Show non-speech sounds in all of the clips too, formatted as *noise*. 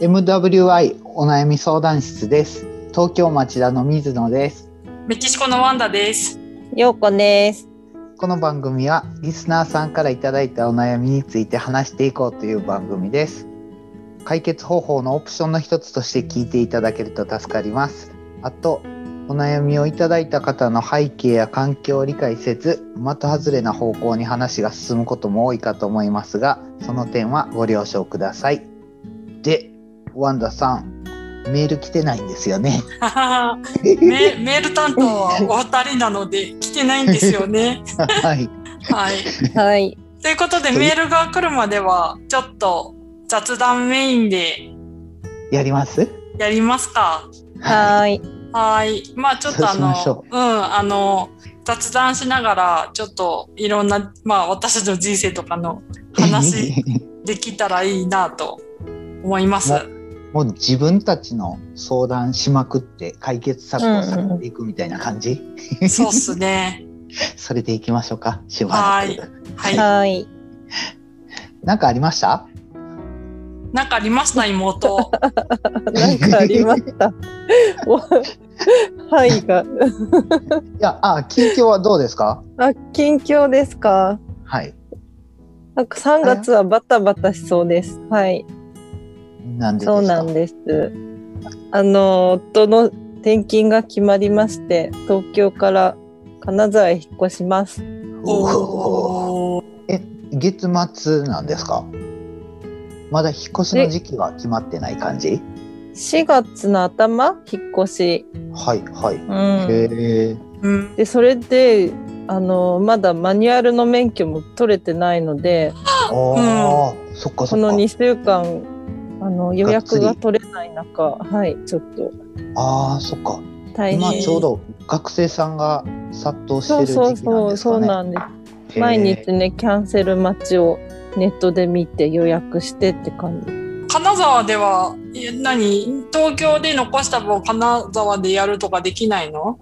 MWI お悩み相談室です東京町田の水野ですメキシコのワン *laughs* ダです。ようこです。この番組はリスナーさんからいただいたお悩みについて話していこうという番組です解決方法のオプションの一つとして聞いていただけると助かりますあとお悩みをいただいた方の背景や環境を理解せず的外れな方向に話が進むことも多いかと思いますがその点はご了承くださいでワンダさんメール来てないんですよねはははメメール担当はお二人なので来てないんです *laughs* よね。 *laughs* はい、はい、はい。ということでメールが来るまではちょっと雑談メインでやります。やりますか。はい。はい。まあちょっとあのそうしましょんあの雑談しながらちょっといろんなまあ私の人生とかの *laughs* 話できたらいいなと思います。ももう自分たちの相談しまくって解決策を探っていくみたいな感じ。そうっすね。それでいきましょうか。しばらく *laughs* はい。はい。なんかありました。なんかありました妹。なんかありました。おはいが。いや、あ、近況はどうですか。あ、近況ですか。はい。なんか3月はバタバタしそうです。はい。なんでですか。そうなんです。あの、夫の転勤が決まりまして、東京から金沢へ引っ越します。おお。おー月末なんですか。まだ引っ越しの時期は決まってない感じ。 4月の頭、引っ越し。はい、はい。うん。へえ。うん、で、それで、あの、まだマニュアルの免許も取れてないので、ああ、そっか、こそっのか。 2週間あの予約が取れない中はいちょっとああ、そっか。大今変ちょうど学生さんが殺到してそるうそう時期なんそうですそかうね。なんでへすー毎日ねキャンセル待ちをネットで見て予約してって感じ金沢ではえ何東京で残した分を金沢でやるとかできないの、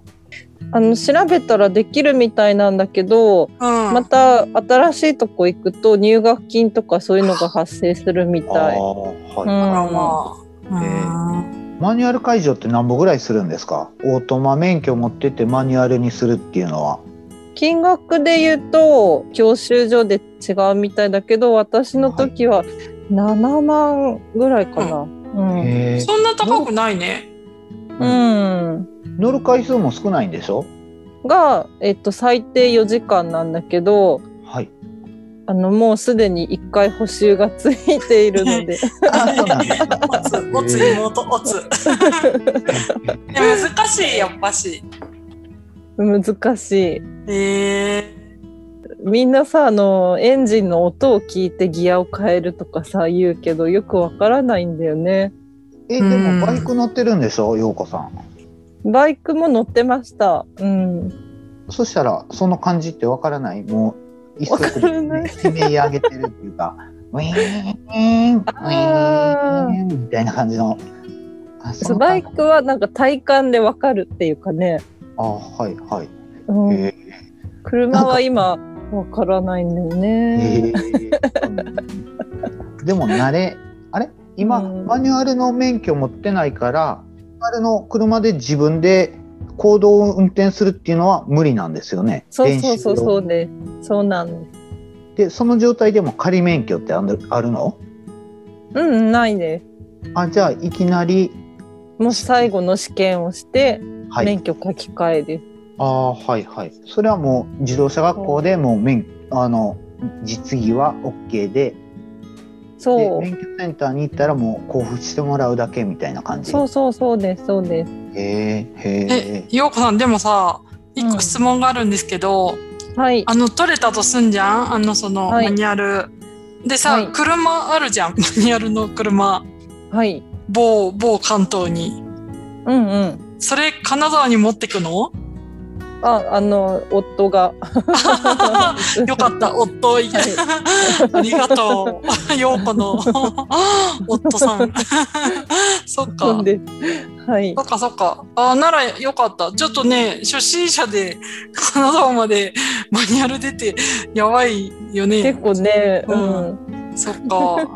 あの調べたらできるみたいなんだけどうん、また新しいとこ行くと入学金とかそういうのが発生するみあたいーうはんまあまあ、うんい。マニュアル解除って何本ぐらいするんですか。オートマ免許持っててマニュアルにするっていうのは。金額で言うと教習所で違うみたいだけど私の時は7万ぐらいかな、うんへえ。そんな高くないねうん、乗る回数も少ないんでしょ。が、えっと、最低4時間なんだけどはい。あのもうすでに1回補修がついているの *laughs* であ、そうなんですか。おつおつ妹おついや難しいやっぱし難しいへえみんなさあのエンジンの音を聞いてギアを変えるとかさ言うけどよくわからないんだよねえ、でもバイク乗ってるんでしょ、ようこさん。バイクも乗ってましたうんそしたら、その感じってわからない。もう。一足わからなでい悲鳴上げてるっていう *laughs* か。ウィーン、ウィーンみたいな感じの。あそそうのバイクはなんか体感でわかるっていうかね、あはいはい。うんへ車は今わからないんだよね、えでも慣れあれ今、うんマニュアルの免許持ってないからマニュアルの車で自分で行動を運転するっていうのは無理なんですよね。そうそうそう練習そ用うねそうなんですでその状態でも仮免許ってあるあるのうんないですあじゃあいきなり、もう最後の試験をしてはい、免許書き換えです。あーはいはいそれはもう自動車学校でもう免あの実技は OK ででそう。免許センターに行ったらもう交付してもらうだけみたいな感じ。そうそうそうですそうです。へーへえーようこさんでもさ一う個ん質問があるんですけど、はい。あの取れたとすんじゃんあのその、はいマニュアルでさ、はい車あるじゃんマニュアルの車はい。某某関東にうんうん。それ金沢に持ってくのああの夫 *laughs* が。よか *laughs* った夫いありがとう *laughs* 陽子 *laughs* の夫さん *laughs* そっそかうです。はいそ。っかそっかあならよかったちょっとね初心者で金沢までマニュアル出てやばいよね *laughs* 結構ね、うん、そっか。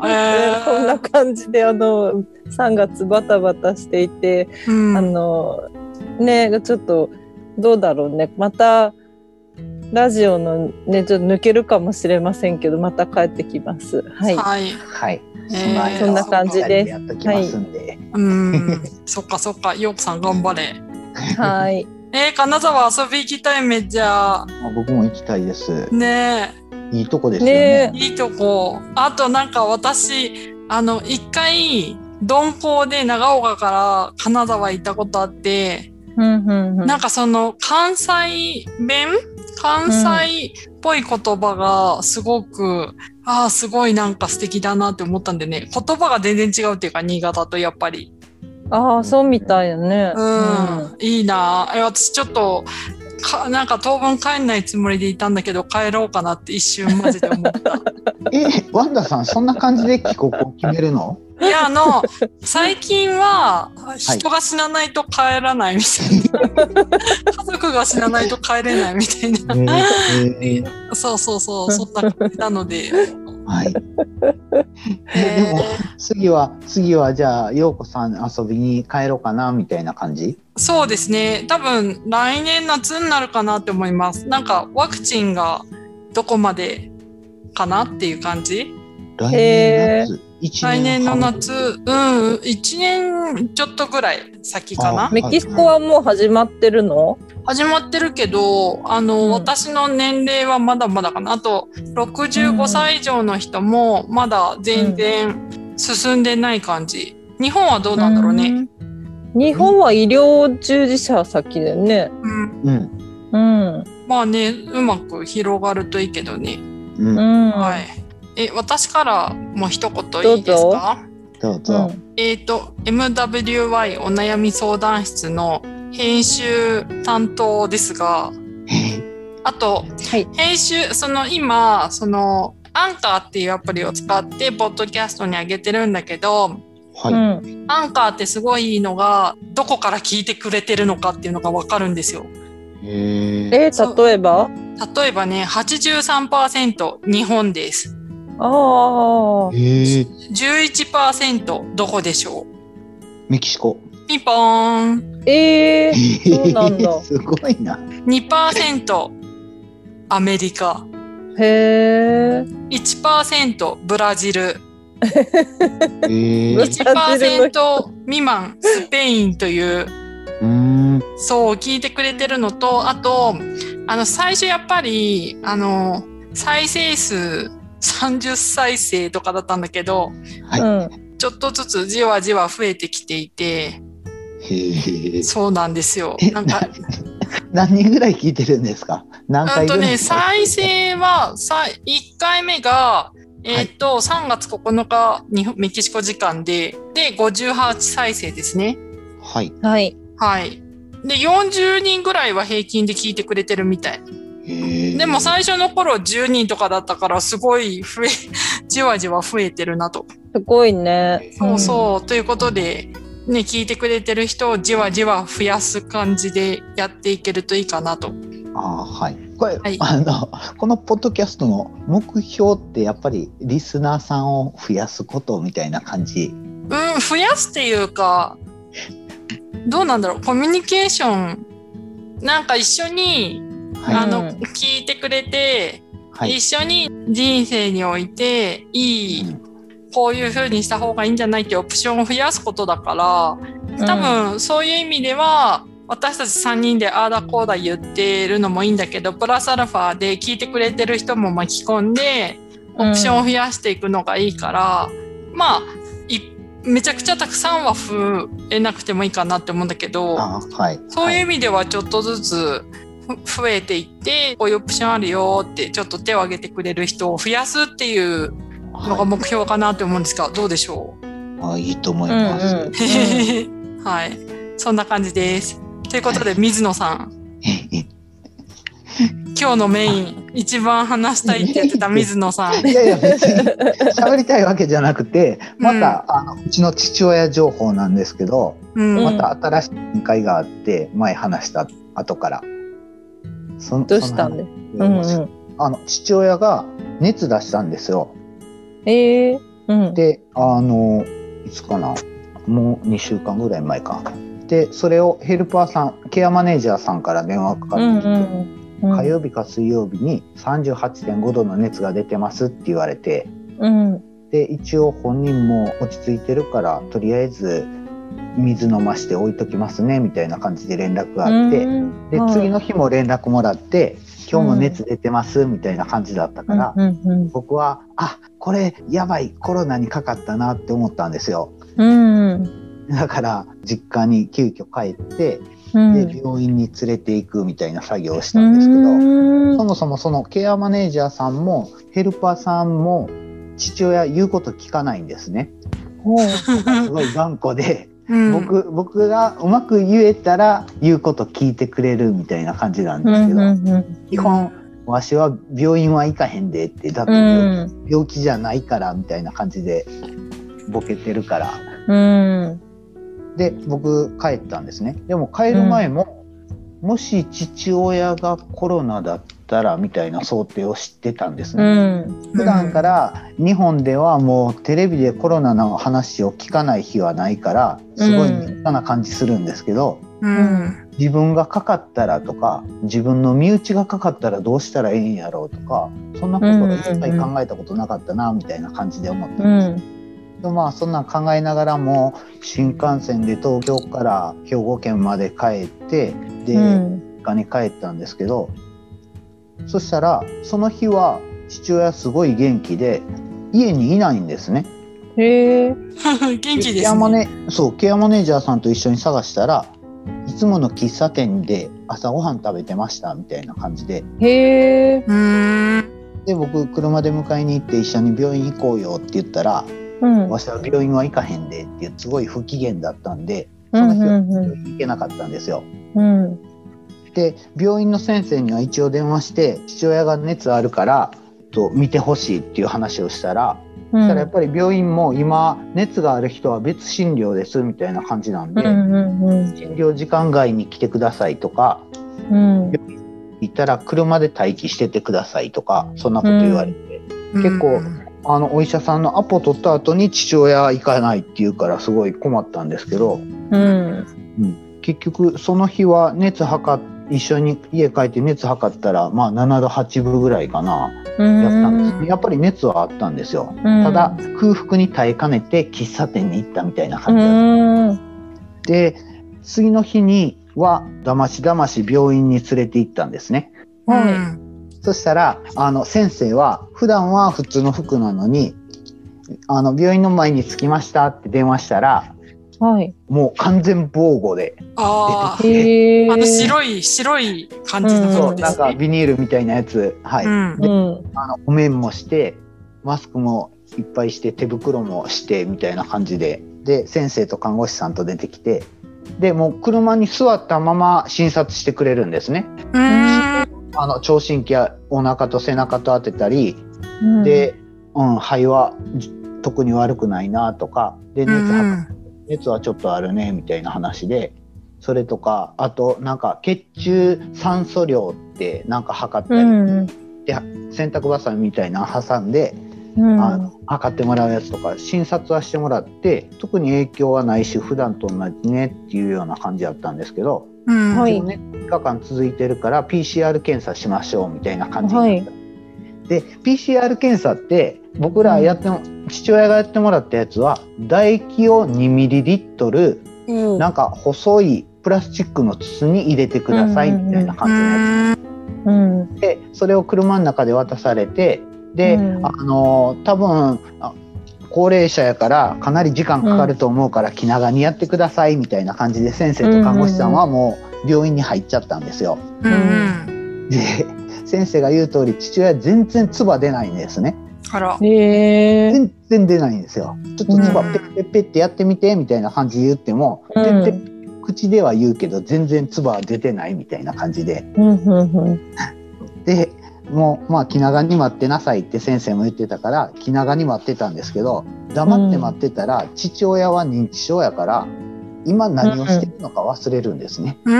ええー、こんな感じであの3月バタバタしていて、うんあのねちょっとどうだろうねまたラジオのねちょっと抜けるかもしれませんけどまた帰ってきます。はい。はい。はい。えーそんな感じですやっときますんで。うん。そっかそっか。ようこさん頑張れ。はい。えー、金沢遊び行きたいめっちゃ。あ僕も行きたいです。ねいいとこですよね。え、いいとこ。あとなんか私、あの、一回、鈍行で長岡から金沢行ったことあって、うんうんうんなんかその関西弁関西っぽい言葉がすごく、ああ、すごいなんか素敵だなって思ったんでね、言葉が全然違うっていうか、新潟とやっぱり。ああそうみたいよね。うん、いいなあえ私ちょっとかなんか当分帰んないつもりでいたんだけど帰ろうかなって一瞬マジで思ったえ、ワンダさん、そんな感じで帰国を決める *laughs* のいやあ *laughs* の最近は人が死なないと帰らないみたいな、家族が死なないと帰れないみたいえなーえーそうそうそうそんな感じなので、はい。えでえも、次は、次はじゃあ、ようこさん遊びに帰ろうかな、みたいな感じーそうですね多分来年夏になるかなって思いますなんかワクチンがどこまでかなっていう感じ来年の夏。一来年の半夏、うん、1年ちょっとぐらい先かあなー。メキシコはもう始まってるの？始まってるけど、あの、うん私の年齢はまだまだかな。あと、う65ん歳以上の人も、まだ全然進んでない感じ。日本はどうなんだろうね。うん日本は医療従事者先だよね。うん、うん。うん。まあね、うまく広がるといいけどね。うん。うん。はい。え、私からも一言いいですどうかどううぞ。んえー、と MWY お悩み相談室の編集担当ですがあとはい。編集その今そのアンカーっていうアプリを使ってポッドキャストに上げてるんだけどはい。うんアンカーってすごいいいのがどこから聞いてくれてるのかっていうのが分かるんですよ。えーえ例えば？例えばね83%日本ですああ。えー11%どこでしょメキシコ。うピンポーンええそうなん *laughs* だすごいな。 2%アメリカへえ。 1%ブラジルえ *laughs* ーブラジルの1%未満スペインといううーん。そう聞いてくれてるのとあとあの最初やっぱりあの再生数30再生とかだったんだけどはい。うん。ちょっとずつじわじわ増えてきていてへえ。そうなんですよえなんか何人ぐらい聞いてるんですか。何うん回とぐらいねですか。再生はさ1回目がえっ、と、3月9日にメキシコ時間でで58再生ですねはい。はい。はい。で、40人ぐらいは平均で聞いてくれてるみたい。ででも最初の頃10人とかだったから、すごい増え、 *laughs* じわじわ増えてるなと。すごいね。そうそう。ということで、ね、聞いてくれてる人をじわじわ増やす感じでやっていけるといいかなと。あーはい。これ、はいあのこのポッドキャストの目標ってやっぱりリスナーさんを増やすことみたいな感じ。うん、増やすっていうか、どうなんだろう。コミュニケーション、なんか一緒に、はいあの、うん聞いてくれて、はい。一緒に人生においていいこういう風にした方がいいんじゃないっていうオプションを増やすことだからうん多分そういう意味では私たち3人でああだこうだ言ってるのもいいんだけどプラスアルファで聞いてくれてる人も巻き込んでオプションを増やしていくのがいいから、まあいめちゃくちゃたくさんは増えなくてもいいかなって思うんだけど。あーはい。そういはう意味ではちょっとずつふ増えていってこういうオプションあるよってちょっと手を挙げてくれる人を増やすっていうのがい目標かなって思うんですがどうでしょう、あーいいと思いうんうんます。うん *laughs* はいそんな感じです。ということで水野さん今日のメイン一番話したいって言ってた水野さん。いやいや別に喋りたいわけじゃなくて、また、うあのうちの父親情報なんですけど、うんまた新しい展開があって前話した後から。そのどうしたんで？そのうん話をあの父親が熱出したんですよ。ええうん。であのいつかなもう2週間ぐらい前かでそれをヘルパーさんケアマネージャーさんから電話かかうってきんて、うんうん。火曜日か水曜日に38.5度の熱が出てますって言われてうん。で一応本人も落ち着いてるからとりあえず水飲まして置いときますねみたいな感じで連絡があって、うんではい次の日も連絡もらって今日も熱出てますみたいな感じだったから、うんうん僕はあこれやばいコロナにかかったなって思ったんですよ。 *laughs* うん。うんだから実家に急遽帰って、うん。で病院に連れていくみたいな作業をしたんですけど、うんそもそもそのケアマネージャーさんもヘルパーさんも父親言うこと聞かないんですね。ほうすごい頑固で、うん、僕僕がうまく言えたら言うこと聞いてくれるみたいな感じなんですけど、うんうん基本わしは病院は行かへんでってだってう病,、ん気じゃないからみたいな感じでボケてるからうんうんで僕帰ったんですねでも帰る前も、もし父親がコロナだったらみたいな想定を知ってたんですうね、ん普段から日本ではもうテレビでコロナの話を聞かない日はないからすごい身近な感じするんですけど、うん自分がかかったらとか自分の身内がかかったらどうしたらええんやろうとかそんなことを一切考えたことなかったなみたいな感じで思ったんです、うんでまあそんなん考えながらも新幹線で東京から兵庫県まで帰ってで、うん実家に帰ったんですけどそしたらその日は父親すごい元気で家にいないんですね。へえ元気でケアすマね。ネそうケアマネージャーさんと一緒に探したらいつもの喫茶店で朝ごはん食べてましたみたいな感じでへえうーんで僕車で迎えに行って一緒に病院行こうよって言ったらうんわしは病院は行かへんでってすごい不機嫌だったんでうその日はんうん病院行けなかったんですよ。うんで病院の先生には一応電話して父親が熱あるからと見てほしいっていう話をしたら、うそしんたらやっぱり病院も今熱がある人は別診療ですみたいな感じなんうで、んうん診療時間外に来てくださいとかうんうん行ったら車で待機しててくださいとかそんなこと言われて、結構あのお医者さんのアポ取った後に父親は行かないっていうからすごい困ったんですけどうん結局その日は熱測っ一緒に家帰って熱測ったらまあ7度8分ぐらいかなうんやったんですねやっぱり熱はあったんですようんただ空腹に耐えかねて喫茶店に行ったみたいなう感じだったんで次の日にはだましだまし病院に連れて行ったんですねはいうんそしたらあの先生は普段は普通の服なのにあの病院の前に着きましたって電話したらはいもう完全防護であーへえあの白い白い感じのもそのうでなんすかね。ビニールみたいなやつはい、うんうんあのお面もしてマスクもいっぱいして手袋もしてみたいな感じでで先生と看護師さんと出てきてでもう車に座ったまま診察してくれるんですねうーんあの聴診器やお腹と背中と当てたりうんで、うん、肺はじ特に悪くないなとかでう熱んうはん熱はちょっとあるねみたいな話でそれとかあとなんか血中酸素量ってなんか測ったうり、ん洗濯バサミみたいなの挟んでうんあの測ってもらうやつとか診察はしてもらって特に影響はないし普段と同じねっていうような感じだったんですけど、うんはいでもね、3日間続いてるから PCR 検査しましょうみたいな感じになった、で PCR 検査って僕らやっても、父親がやってもらったやつは唾液を2ミリリットルおうなんか細いプラスチックの筒に入れてくださいみたいな感じのやつうんでそれを車の中で渡されてで、うんあの多分あ高齢者やからかなり時間かかると思うから気長にやってくださいみたいな感じで先生と看護師さんはもう病院に入っちゃったんですよ。うんうんで先生が言う通り父親全然唾出ないんですねあらへえ全然出ないんですよちょっと唾ペッペッペッってやってみてみたいな感じで言っても、うペんッペッ口では言うけど全然唾は出てないみたいな感じでうんうんうんでもうまあ気長に待ってなさいって先生も言ってたから気長に待ってたんですけど黙って待ってたら父親は認知症やから今何をしてるのか忘れるんですね。うん、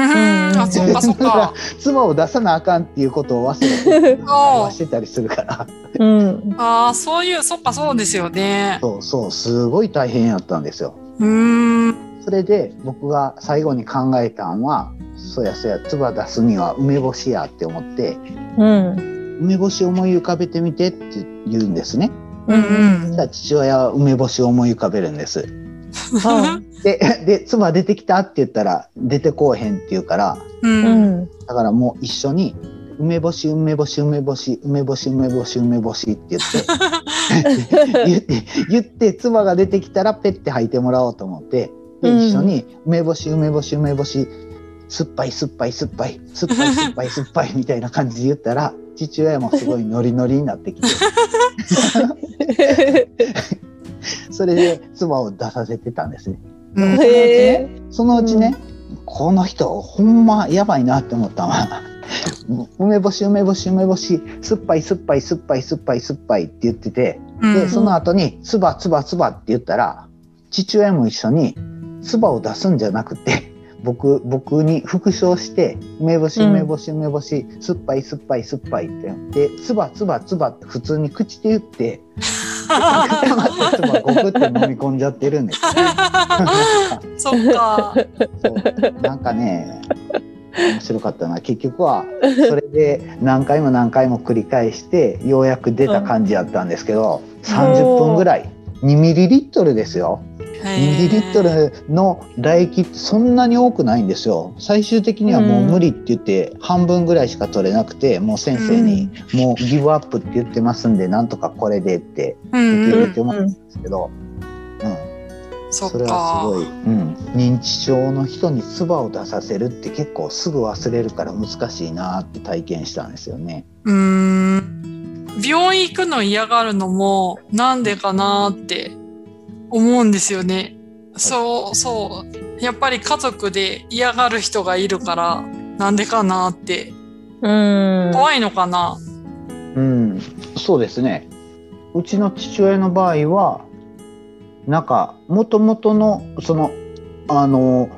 あ、そっかそっか。妻を出さなあかんっていうことを忘れて会話してたりするから。うん。ああ、そういう、そっかそうですよね。そうそう、すごい大変やったんですよ。うーん。それで僕が最後に考えたんは、そうやそうや、唾出すには梅干しやって思って、うん。梅干しを思い浮かべてみてって言うんですね。うんうんじゃあ父親は梅干しを思い浮かべるんです。はで、 *laughs* で、妻出てきたって言ったら、出てこうへんって言うから、う。うんん。だからもう一緒に、梅干し、梅干し、梅干し、梅干し、梅干し、梅干しって言って、言って、 *laughs* 言って、妻が出てきたらペッて吐いてもらおうと思って、でうん一緒に、梅干し、梅干し、梅干し、酸っぱい、酸っぱい、酸っぱい、酸っぱい、酸っぱい、酸っぱいみたいな感じで言ったら、父親もすごいノリノリになってき *laughs* て、それで妻を出させてたんですね。うんへえ。そのうちね、この人ほんまやばいなって思ったわ。梅干し梅干し梅干し酸っぱい酸っぱい酸っぱい酸っぱい酸っぱいって言ってて、うんでその後に「つばつばつば」って言ったら父親も一緒に「つば」を出すんじゃなくて *laughs* 僕僕に復唱して「梅干しうん梅干し梅干し酸っぱい酸っぱい酸っぱい」って言って「つばつばつば」って普通に口で言って固まってつばごくって飲み込んじゃってるんですね。 *laughs* そっか。そうなんかね面白かったな結局はそれで何回も何回も繰り返してようやく出た感じやったんですけ *laughs* ど、30分ぐらい2ミリリットルですよ2ミリリットへルの唾液ってそんなに多くないんですよ最終的にはもう無理って言って半分ぐらいしか取れなくてもう先生に「もうギブアップって言ってますんでなんとかこれで」ってー。う受け入れんうん。てもらったんですけど。うんそっそれはすかご。い、うん、認知症の人に唾を出させるって結構すぐ忘れるから難しいなって体験したんですよね。うーん。病院行くの嫌がるのもなんでかなって思うんですよね。そうそう。やっぱり家族で嫌がる人がいるからなんでかなってうん。怖いのかな。うん、そうですね。うちの父親の場合は、なんか元々のそのあの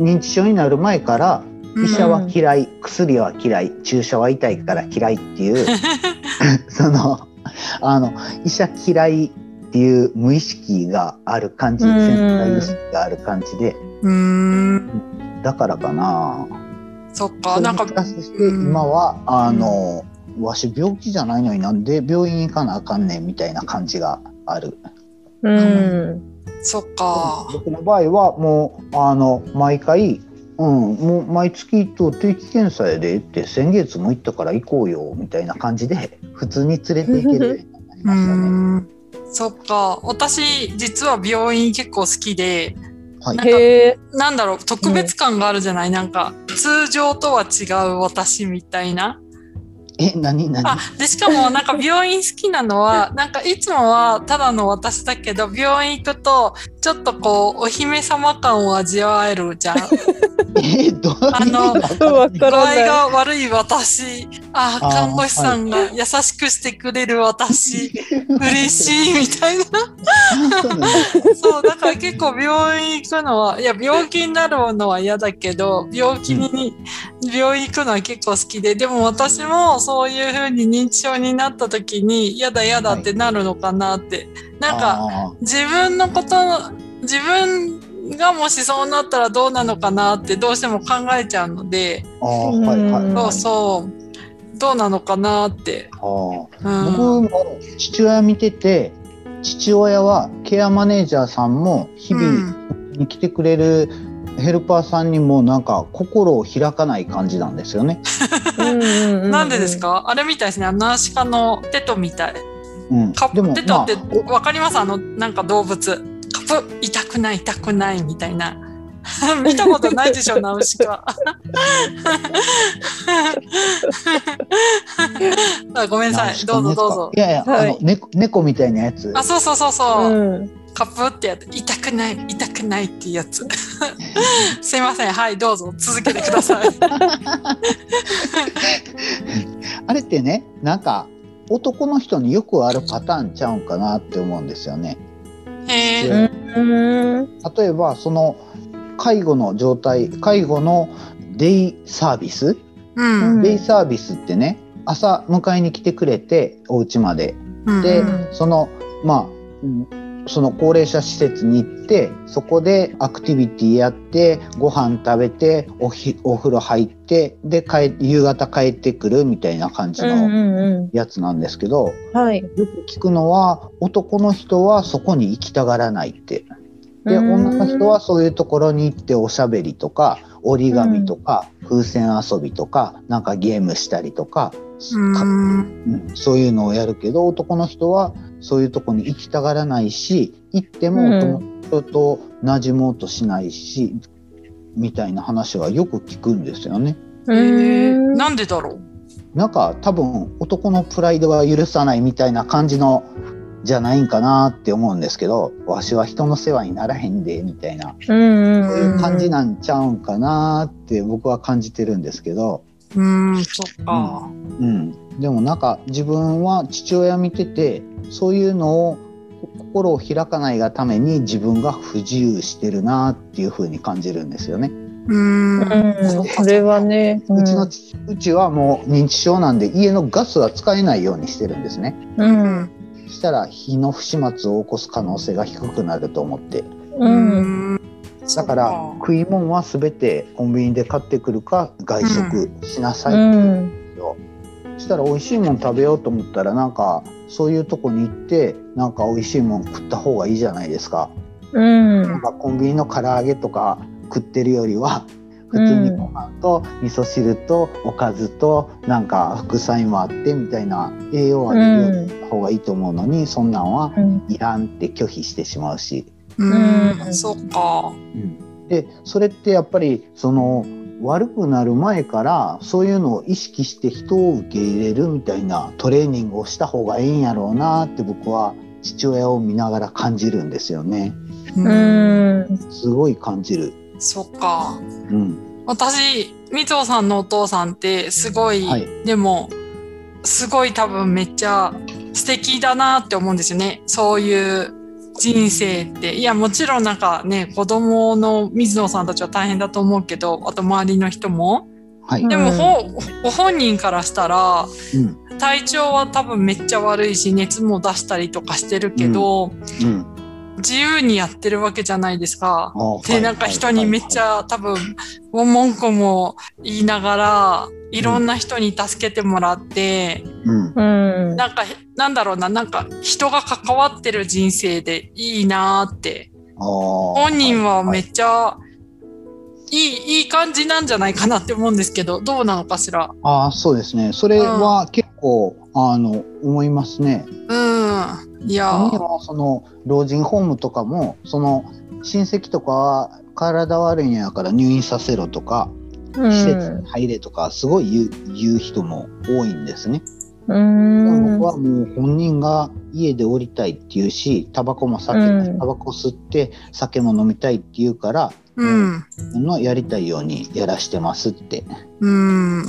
認知症になる前からうん医者は嫌い、薬は嫌い、注射は痛いから嫌いっていうそのあの医者嫌いっていう無意識がある感じ、うん潜在意識がある感じで。うーん。だからかな。そっそか。れなんにかプラスしてうん今は、あのわし病気じゃないのになんで病院行かなあかんねんみたいな感じがある。うん。そっか。僕の場合はもうあの毎回。うん、もう毎月と定期検査やでって先月も行ったから行こうよみたいな感じで *laughs* 普通に連れて行けるようになりうましたね。ーん。そっか。私実は病院結構好きで。はい、へえ。なんだろう特別感があるじゃない、なんか通常とは違う私みたいな。え何何あでしかもなんか病院好きなのはなんかいつもはただの私だけど病院行くとちょっとこうお姫様感を味わえるじゃん。 *laughs* えどうあの意味がわかんないわか具ら合ないが悪い私ああー看護師さんが優しくしてくれる私嬉しいみたいな。そうなんですそうだから結構病院行くのはいや病気になるのは嫌だけど病気に、病院行くのは結構好きででも私もそういう風に認知症になった時に嫌だ嫌だってなるのかなって、なんかあ自分のこと自分がもしそうなったらどうなのかなってどうしても考えちゃうので、ーあーはいはい、はい、そうそうどうなのかなって。あーうん、僕も父親見てて父親はケアマネージャーさんも日々に来てくれるヘルパーさんにもなんか心を開かない感じなんですよね。うん、なんでです。か、あれみたいですねあのアシカのテトみたい。うん、カでッもプテトってまあわかりますあのなんか動物カプ痛くない痛くないみたいな *laughs* 見たことないで *laughs* しょナウシカあごめんなさナウいシどカうのぞやつかどうぞいやいや、はいあの猫猫みたいなやつ。あそうそうそうそう、うん。カップってやって痛くない痛くないっていうやつ *laughs* すいませんはいどうぞ続けてください *laughs* あれってねなんか男の人によくあるパターンちゃうんかなって思うんですよね。へうえんうん。例えばその介護の状態介護のデイサービス、うんんデイサービスってね朝迎えに来てくれてお家までうんでうんそのまあうんその高齢者施設に行ってそこでアクティビティやってご飯食べておひお風呂入ってで帰夕方帰ってくるみたいな感じうんのうやつなんですけど、ん。はい。よく聞くのは男の人はそこに行きたがらないってでうん女の人はそういうところに行っておしゃべりとか折り紙とか、風船遊びとかなんかゲームしたりとか,か、うんうんそういうのをやるけど男の人はそういうとこに行きたがらないし行ってもうん友達と馴染もうとしないし、みたいな話はよく聞くんですよね。えー、ななんでだろうなんか多分男のプライドは許さないみたいな感じのじゃないんかなって思うんですけどわしは人の世話にならへんでみたいなうんうんそういうんう感じなんちゃうんかなって僕は感じてるんですけど、うんそっか、うん、でもなんか自分は父親見ててそういうのを心を開かないがために自分が不自由してるなっていう風に感じるんですよね。うんうん、それはね、うちの父うちはもう認知症なんで家のガスは使えないようにしてるんですね。うん、したら火の不始末を起こす可能性が低くなると思ってうん、だからそっ食い物は全てコンビニで買ってくるか外食しなさいって言うんですよ、そしたら美味しいもん食べようと思ったらなんかそういうとこに行ってなんか美味しいもん食った方がいいじゃないですかうんなん、かコンビニの唐揚げとか食ってるよりは普通にご飯と味噌汁とおかずとなんか副菜もあってみたいな栄養ある方がいいと思うのに、そんなんはうん、いらんって拒否してしまうし、うん、うんそっかでそれってやっぱりその悪くなる前からそういうのを意識して人を受け入れるみたいなトレーニングをした方がいいんやろうなって僕は父親を見ながら感じるんですよねううんん、すごい感じる、そっかうん、私みつおさんのお父さんってすごい、はいでもすごい多分めっちゃ素敵だなって思うんですよねそういう人生っていやもちろんなんかね子供の水野さんたちは大変だと思うけどあと周りの人もはい、でもほ、ご本人からしたらうん体調は多分めっちゃ悪いし熱も出したりとかしてるけど、うん自由にやってるわけじゃないですか。あはいでなんか人にめっちゃ多分文句も言いながらいろんな人に助けてもらってうんうん、なんかなんだろうななんか人が関わってる人生でいいなーって本本人はめっちっちゃいいいい感じなんじゃないかなって思うんですけどどうなのかしら。ゃあーそうですねそれは結構あの思いますねうんいや何ーはその老人ホームとかもその親戚とかは体悪いんやから入院させろとかう施設にん、入れとかすごい言う,、言う人も多いんですね。うでもん僕、はもう本人が家で降りたいっていうしタバコも酒うんタバコ吸って酒も飲みたいっていうから、うん自分のやりたいようにやらしてますって。う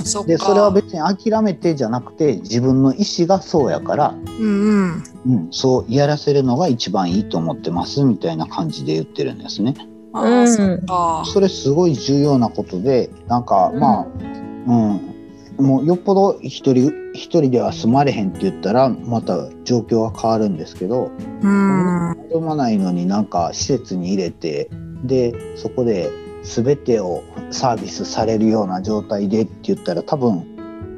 んそっでかそれは別に諦めてじゃなくて自分の意思がそうやから。うんうんうん、そうやらせるのが一番いいと思ってますみたいな感じで言ってるんですね。あうーんそっかそれすごい重要なことでなんかうんまあ、うんもうよっぽど一人一人では住まれへんって言ったらまた状況は変わるんですけどうん住まないのになんか施設に入れてでそこで全てをサービスされるような状態でって言ったら多分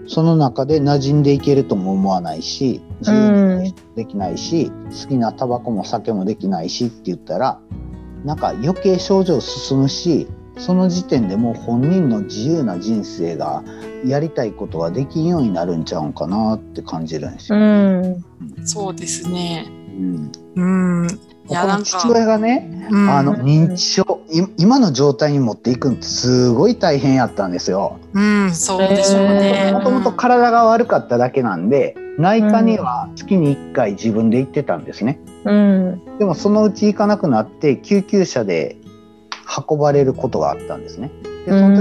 その中で馴染んでいけるとも思わないし自由にできないし、好きなタバコも酒もできないしって言ったらなんか余計症状進むしその時点でもう本人の自由な人生がやりたいことができんようになるんちゃうんかなって感じるんですうよ。ん、そうですねうん、うんいや僕なのんか父親がねうんあの認知症い今の状態に持っていくのってすごい大変やったんですよ。うん、そうでしょうへね。ーもともと体が悪かっただけなんで内科には月に1回自分で行ってたんですね。うん、でもそのうち行かなくなって救急車で運ばれることがあったんですね。でその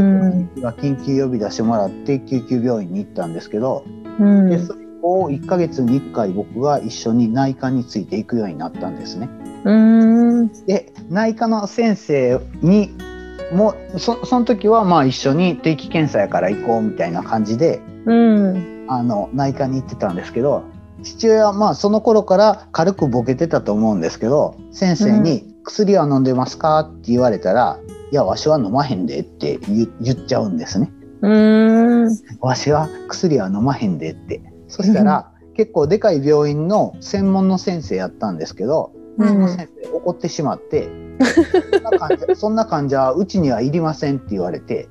時は緊急呼び出してもらって救急病院に行ったんですけど、うん、でそれを1ヶ月に1回僕が一緒に内科についていくようになったんですね。うん、で内科の先生にもうそその時はまあ一緒に定期検査やから行こうみたいな感じでうん。あの内科に行ってたんですけど父親はまあその頃から軽くボケてたと思うんですけど先生に「薬は飲んでますか?」って言われたら「いやわしは飲まへんで」って言言っちゃうんですね。うーん。わしは薬は飲まへんでってそしたら結構でかい病院の専門の先生やったんですけどうん先生怒ってしまって「そんな患 *laughs* 者そんな患者はうちにはいりません」って言われて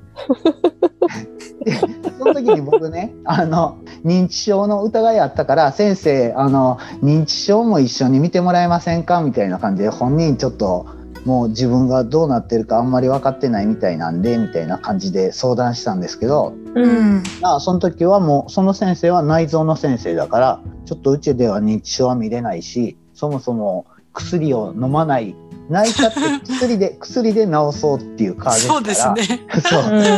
でその時に僕ねあの認知症の疑いあったから「先生あの認知症も一緒に見てもらえませんか?」みたいな感じで本人ちょっと。もう自分がどうなってるかあんまり分かってないみたいなんでみたいな感じで相談したんですけどうん。まあその時はもうその先生は内臓の先生だからちょっとうちでは認知症は見れないしそもそも薬を飲まない内科って薬で薬で治そうっていう科ですからそうですね。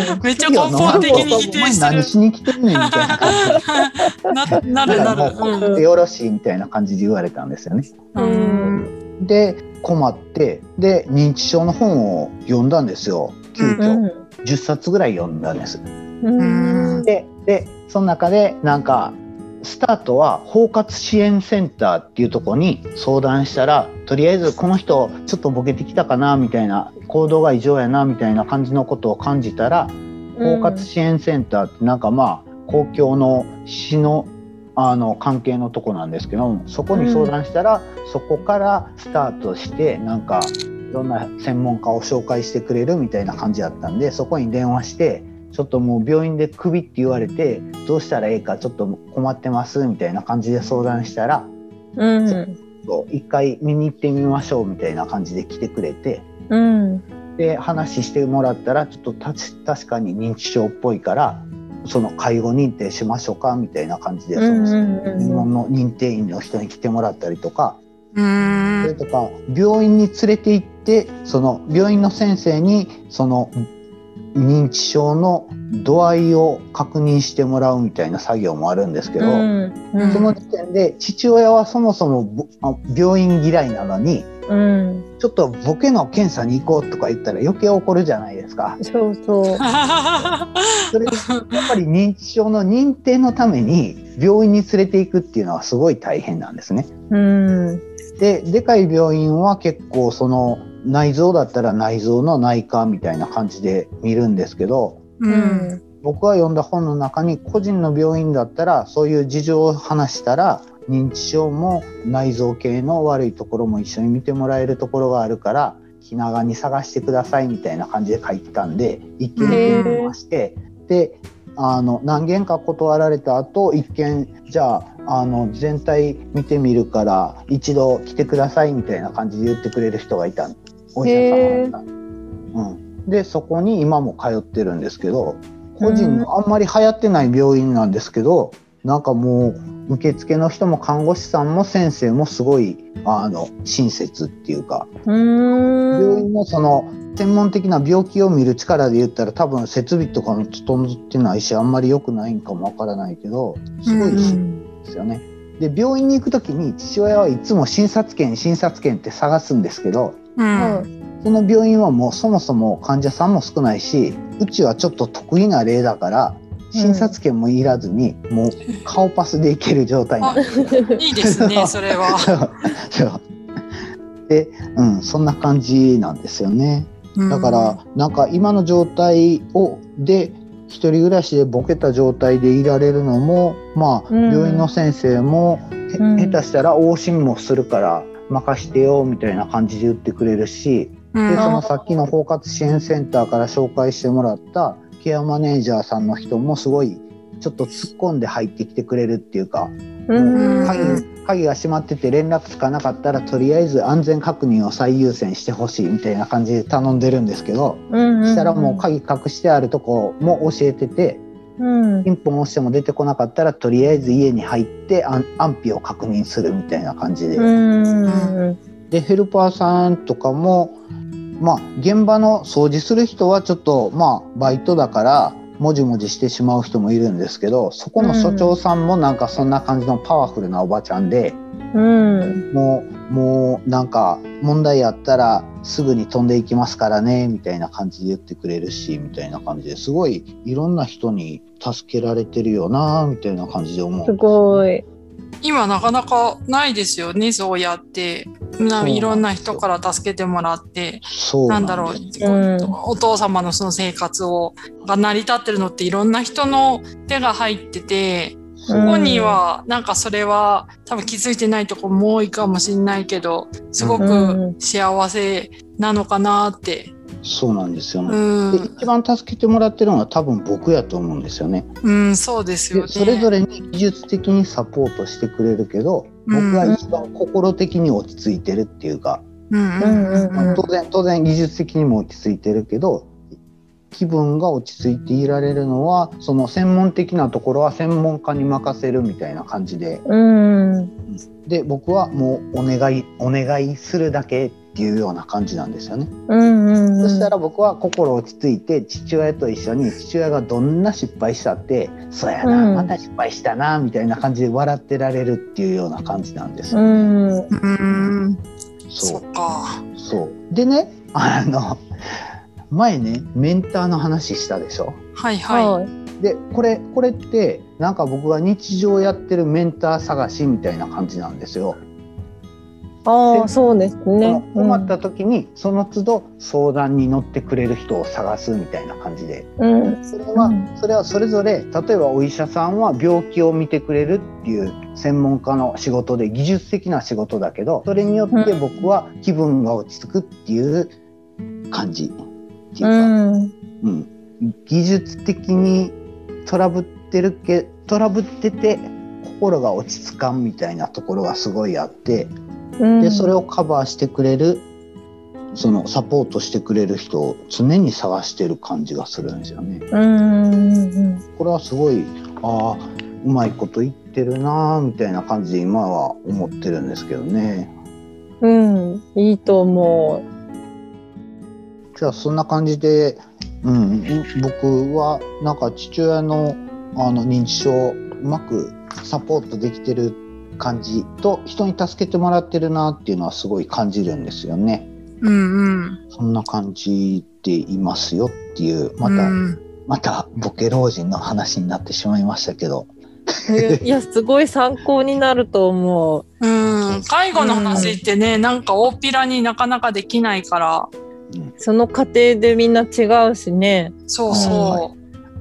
そうめっちゃ根本的に否定お前して何る。しに来てんねんみたいな感じでななるなる。もううんこれでよろしいみたいな感じで言われたんですよね。うんで困ってで認知症の本を読んだんですよ急う遽、ん。 10冊ぐらい読んだんです。うん。ででその中でなんかスタートは包括支援センターっていうところに相談したらとりあえずこの人ちょっとボケてきたかなみたいな行動が異常やなみたいな感じのことを感じたら包括支援センターってなんかまあ公共の市のあの関係のとこなんですけどもそこに相談したら、そこからスタートしてなんかいろんな専門家を紹介してくれるみたいな感じだったんでそこに電話してちょっともう病院でクビって言われてどうしたらええかちょっと困ってますみたいな感じで相談したらうん。そう一回見に行ってみましょうみたいな感じで来てくれて。うん。で話してもらったらちょっとたち確かに認知症っぽいからその介護認定しましょうかみたいな感じで、うんそのうんうん専門の認定員の人に来てもらったりとか、うそれんとか病院に連れて行ってその病院の先生にその認知症の度合いを確認してもらうみたいな作業もあるんですけど、うん。その時点で父親はそもそもぼあ病院嫌いなのにうん。ちょっとボケの検査に行こうとか言ったら余計怒るじゃないですか。そうそう。それやっぱり認知症の認定のために病院に連れていくっていうのはすごい大変なんですね。うん。ででかい病院は結構その内臓だったら内臓の内科みたいな感じで見るんですけどうん。僕が読んだ本の中に個人の病院だったらそういう事情を話したら認知症も内臓系の悪いところも一緒に見てもらえるところがあるから気長に探してくださいみたいな感じで書いてたんで一件受けましてであの何件か断られた後一件じゃああの全体見てみるから一度来てくださいみたいな感じで言ってくれる人がいたお医者様だった。うん、でそこに今も通ってるんですけど個人のあんまり流行ってない病院なんですけど、なんかもう受付の人も看護師さんも先生もすごいあの親切っていうかうん。病院のその専門的な病気を見る力で言ったら多分設備とかも整ってないしあんまり良くないんかもわからないけどすごい親切ですよね。で病院に行く時に父親はいつも診察券診察券って探すんですけどうんその病院はもうそもそも患者さんも少ないしうちはちょっと得意な例だから診察券もいらずに、もう顔パスでいける状態なんですよ。いいですね、それは。そうで、うん、そんな感じなんですよね。だから、なんか今の状態をで一人暮らしでボケた状態でいられるのもまあ、うん病院の先生も、へうん下手したら往診もするから任してよみたいな感じで言ってくれるし、うん、であそのさっきの包括支援センターから紹介してもらったケアマネージャーさんの人もすごいちょっと突っ込んで入ってきてくれるっていうかうん。鍵鍵が閉まってて連絡つかなかったらとりあえず安全確認を最優先してほしいみたいな感じで頼んでるんですけどうん。したらもう鍵隠してあるとこも教えててうんピ。ンポン押しても出てこなかったらとりあえず家に入って安安否を確認するみたいな感じで。うん。でヘルパーさんとかも、まあ、現場の掃除する人はちょっと、まあ、バイトだからもじもじしてしまう人もいるんですけどそこの所長さんもなんかそんな感じのパワフルなおばちゃんで、うん。もうもうなんか問題あったらすぐに飛んでいきますからねみたいな感じで言ってくれるしみたいな感じですごいいろんな人に助けられてるよなみたいな感じで思うすごい。今なかなかないですよねそうやってなそういろんな人から助けてもらってそうなんんだだろう、うんお父様のその生活をが成り立ってるのっていろんな人の手が入っててうん本人はなんかそれは多分気づいてないとこも多いかもしれないけどすごうく幸せなのかなって。そうなんですようね、ん、うでん一番助けてもらってるのは多分僕やと思うんですよねそうですよでね。それぞれに技術的にサポートしてくれるけどうん僕は一番心的に落ち着いてるっていうか、うんううんんうんまあうん当然当然技術的にも落ち着いてるけど気分が落ち着いていられるのはその専門的なところは専門家に任せるみたいな感じでうん。で僕はもうお願いお願いするだけっていうような感じなんですよね。うんうん。そしたら僕は心落ち着いて父親と一緒に父親がどんな失敗したって「そうやな、うんまた失敗したな」みたいな感じで笑ってられるっていうような感じなんですうよ。ん。。うん、そそうっか。そうでねあの前ねメンターの話したでしょはいはいでこれこれってなんか僕が日常やってるメンター探しみたいな感じなんですよ。ああ、そうですね。この困った時にその都度相談に乗ってくれる人を探すみたいな感じでうん。うんそれはうんそれはそれぞれ例えばお医者さんは病気を見てくれるっていう専門家の仕事で技術的な仕事だけどそれによって僕は気分が落ち着くっていう感じっていうか、うん。うん、技術的にトラブってるけトラブってて心が落ち着かんみたいなところがすごいあってうんでそれをカバーしてくれるそのサポートしてくれる人を常に探してる感じがするんですよね。うんうんこれはすごいああうまいこと言ってるなーみたいな感じで今は思ってるんですけどね。うん。うん。いいと *laughs* 思じゃあそんな感じで、うん、う僕はなんか父親のあの認知症をうまくサポートできてる感じと人に助けてもらってるなっていうのはすごい感じるんですよね。うんうん。そんな感じでいますよっていうまた、うんまたボケ老人の話になってしまいましたけどう。えいや、すごい参考になると思う。うん、介護の話ってね、なんか大っぴらになかなかできないから、その過程でみんな違うしね。そうそ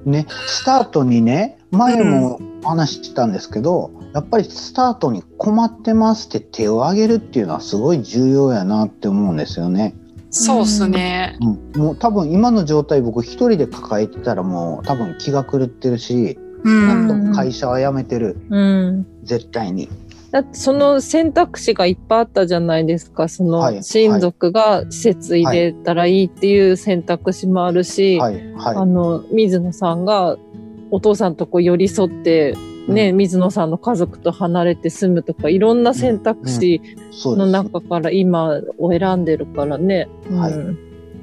ねスタートにね前も話したんですけど、やっぱりスタートに困ってますって手を挙げるっていうのはすごい重要やなって思うんですよね。う、そうっすね。うん、もう多分今の状態僕一人で抱えてたらもう多分気が狂ってるし、うなんん、とうん、も会社は辞めてるうん。絶対に。だってその選択肢がいっぱいあったじゃないですか。そはのい親族が施設入れたらいいっていう選択肢もあるし、はいあはの、水野さんがお父さんとこう寄り添って、い。ね、水野さんの家族と離れて住むとか、いろんな選択肢そうでのす中から今を選んでるからね。はいうん。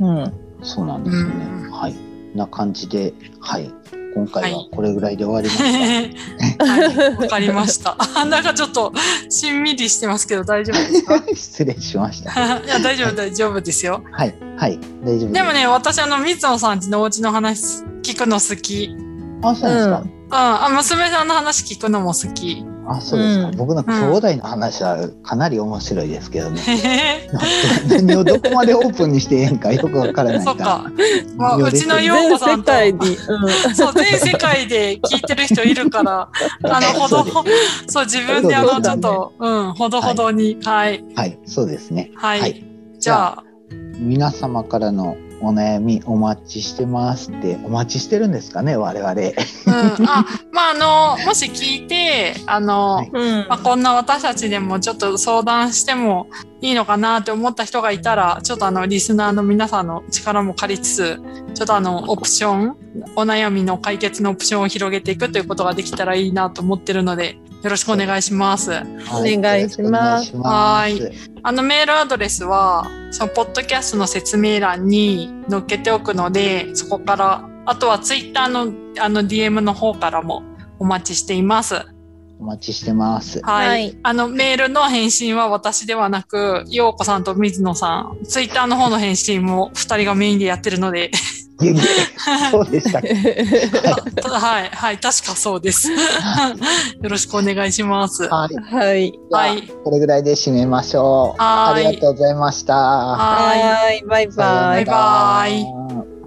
うん。そうなんですよね。うんはい。な感じで、はい。今回はこれぐらいで終わりました。 *laughs* はい *laughs* わかりました。なんかちょっとしんみりしてますけど大丈夫ですか？ *laughs* 失礼しました。いや大丈夫大丈夫ですよ。はいはい大丈夫すでもね私あの水野さんちのお家の話聞くの好き。あそうですか。うん、あ娘さんの話聞くのも *laughs* 好き。あそうですか、うん僕の兄弟の話はかなり面白いですけどね、何をどこまでオープンにしてええんかよくわからないかそっらか。まあ微妙ですうちのよ全陽子さ世んと界に、そう全世界で聞いてる人い *laughs* るから、あのほどそうほそう自分であそのうちだょっねとうんほどほどにはいはいそうですねはい、はいじゃあ皆様からのお悩みお待ちしてますってお待ちしてるんですかね我 *laughs* 々うんあまああのもし聞いてあの、はいうまん。あ、こんな私たちでもちょっと相談してもいいのかなって思った人がいたらちょっとあのリスナーの皆さんの力も借りつつちょっとあのオプションお悩みの解決のオプションを広げていくということができたらいいなと思ってるのでよろしくお願いします。はお願いしますよろくお願いしあのメールアドレスはそのポッドキャストの説明欄に載っけておくのでそこからあとはツイッターのあの DM の方からもお待ちしています。お待ちしてます。はい、はいあのメールの返信は私ではなく陽子さんと水野さんツイッターの方の返信も2人がメインでやってるの *laughs* でいえいえそうでしたっけ。ただはいはい確かそうです *laughs* よろしくお願いします *laughs* ははい。はい。じゃあいこれぐらいで締めましょう。はあーりいがとうございました。はいはい。バさよイうなバらイ。バイバイ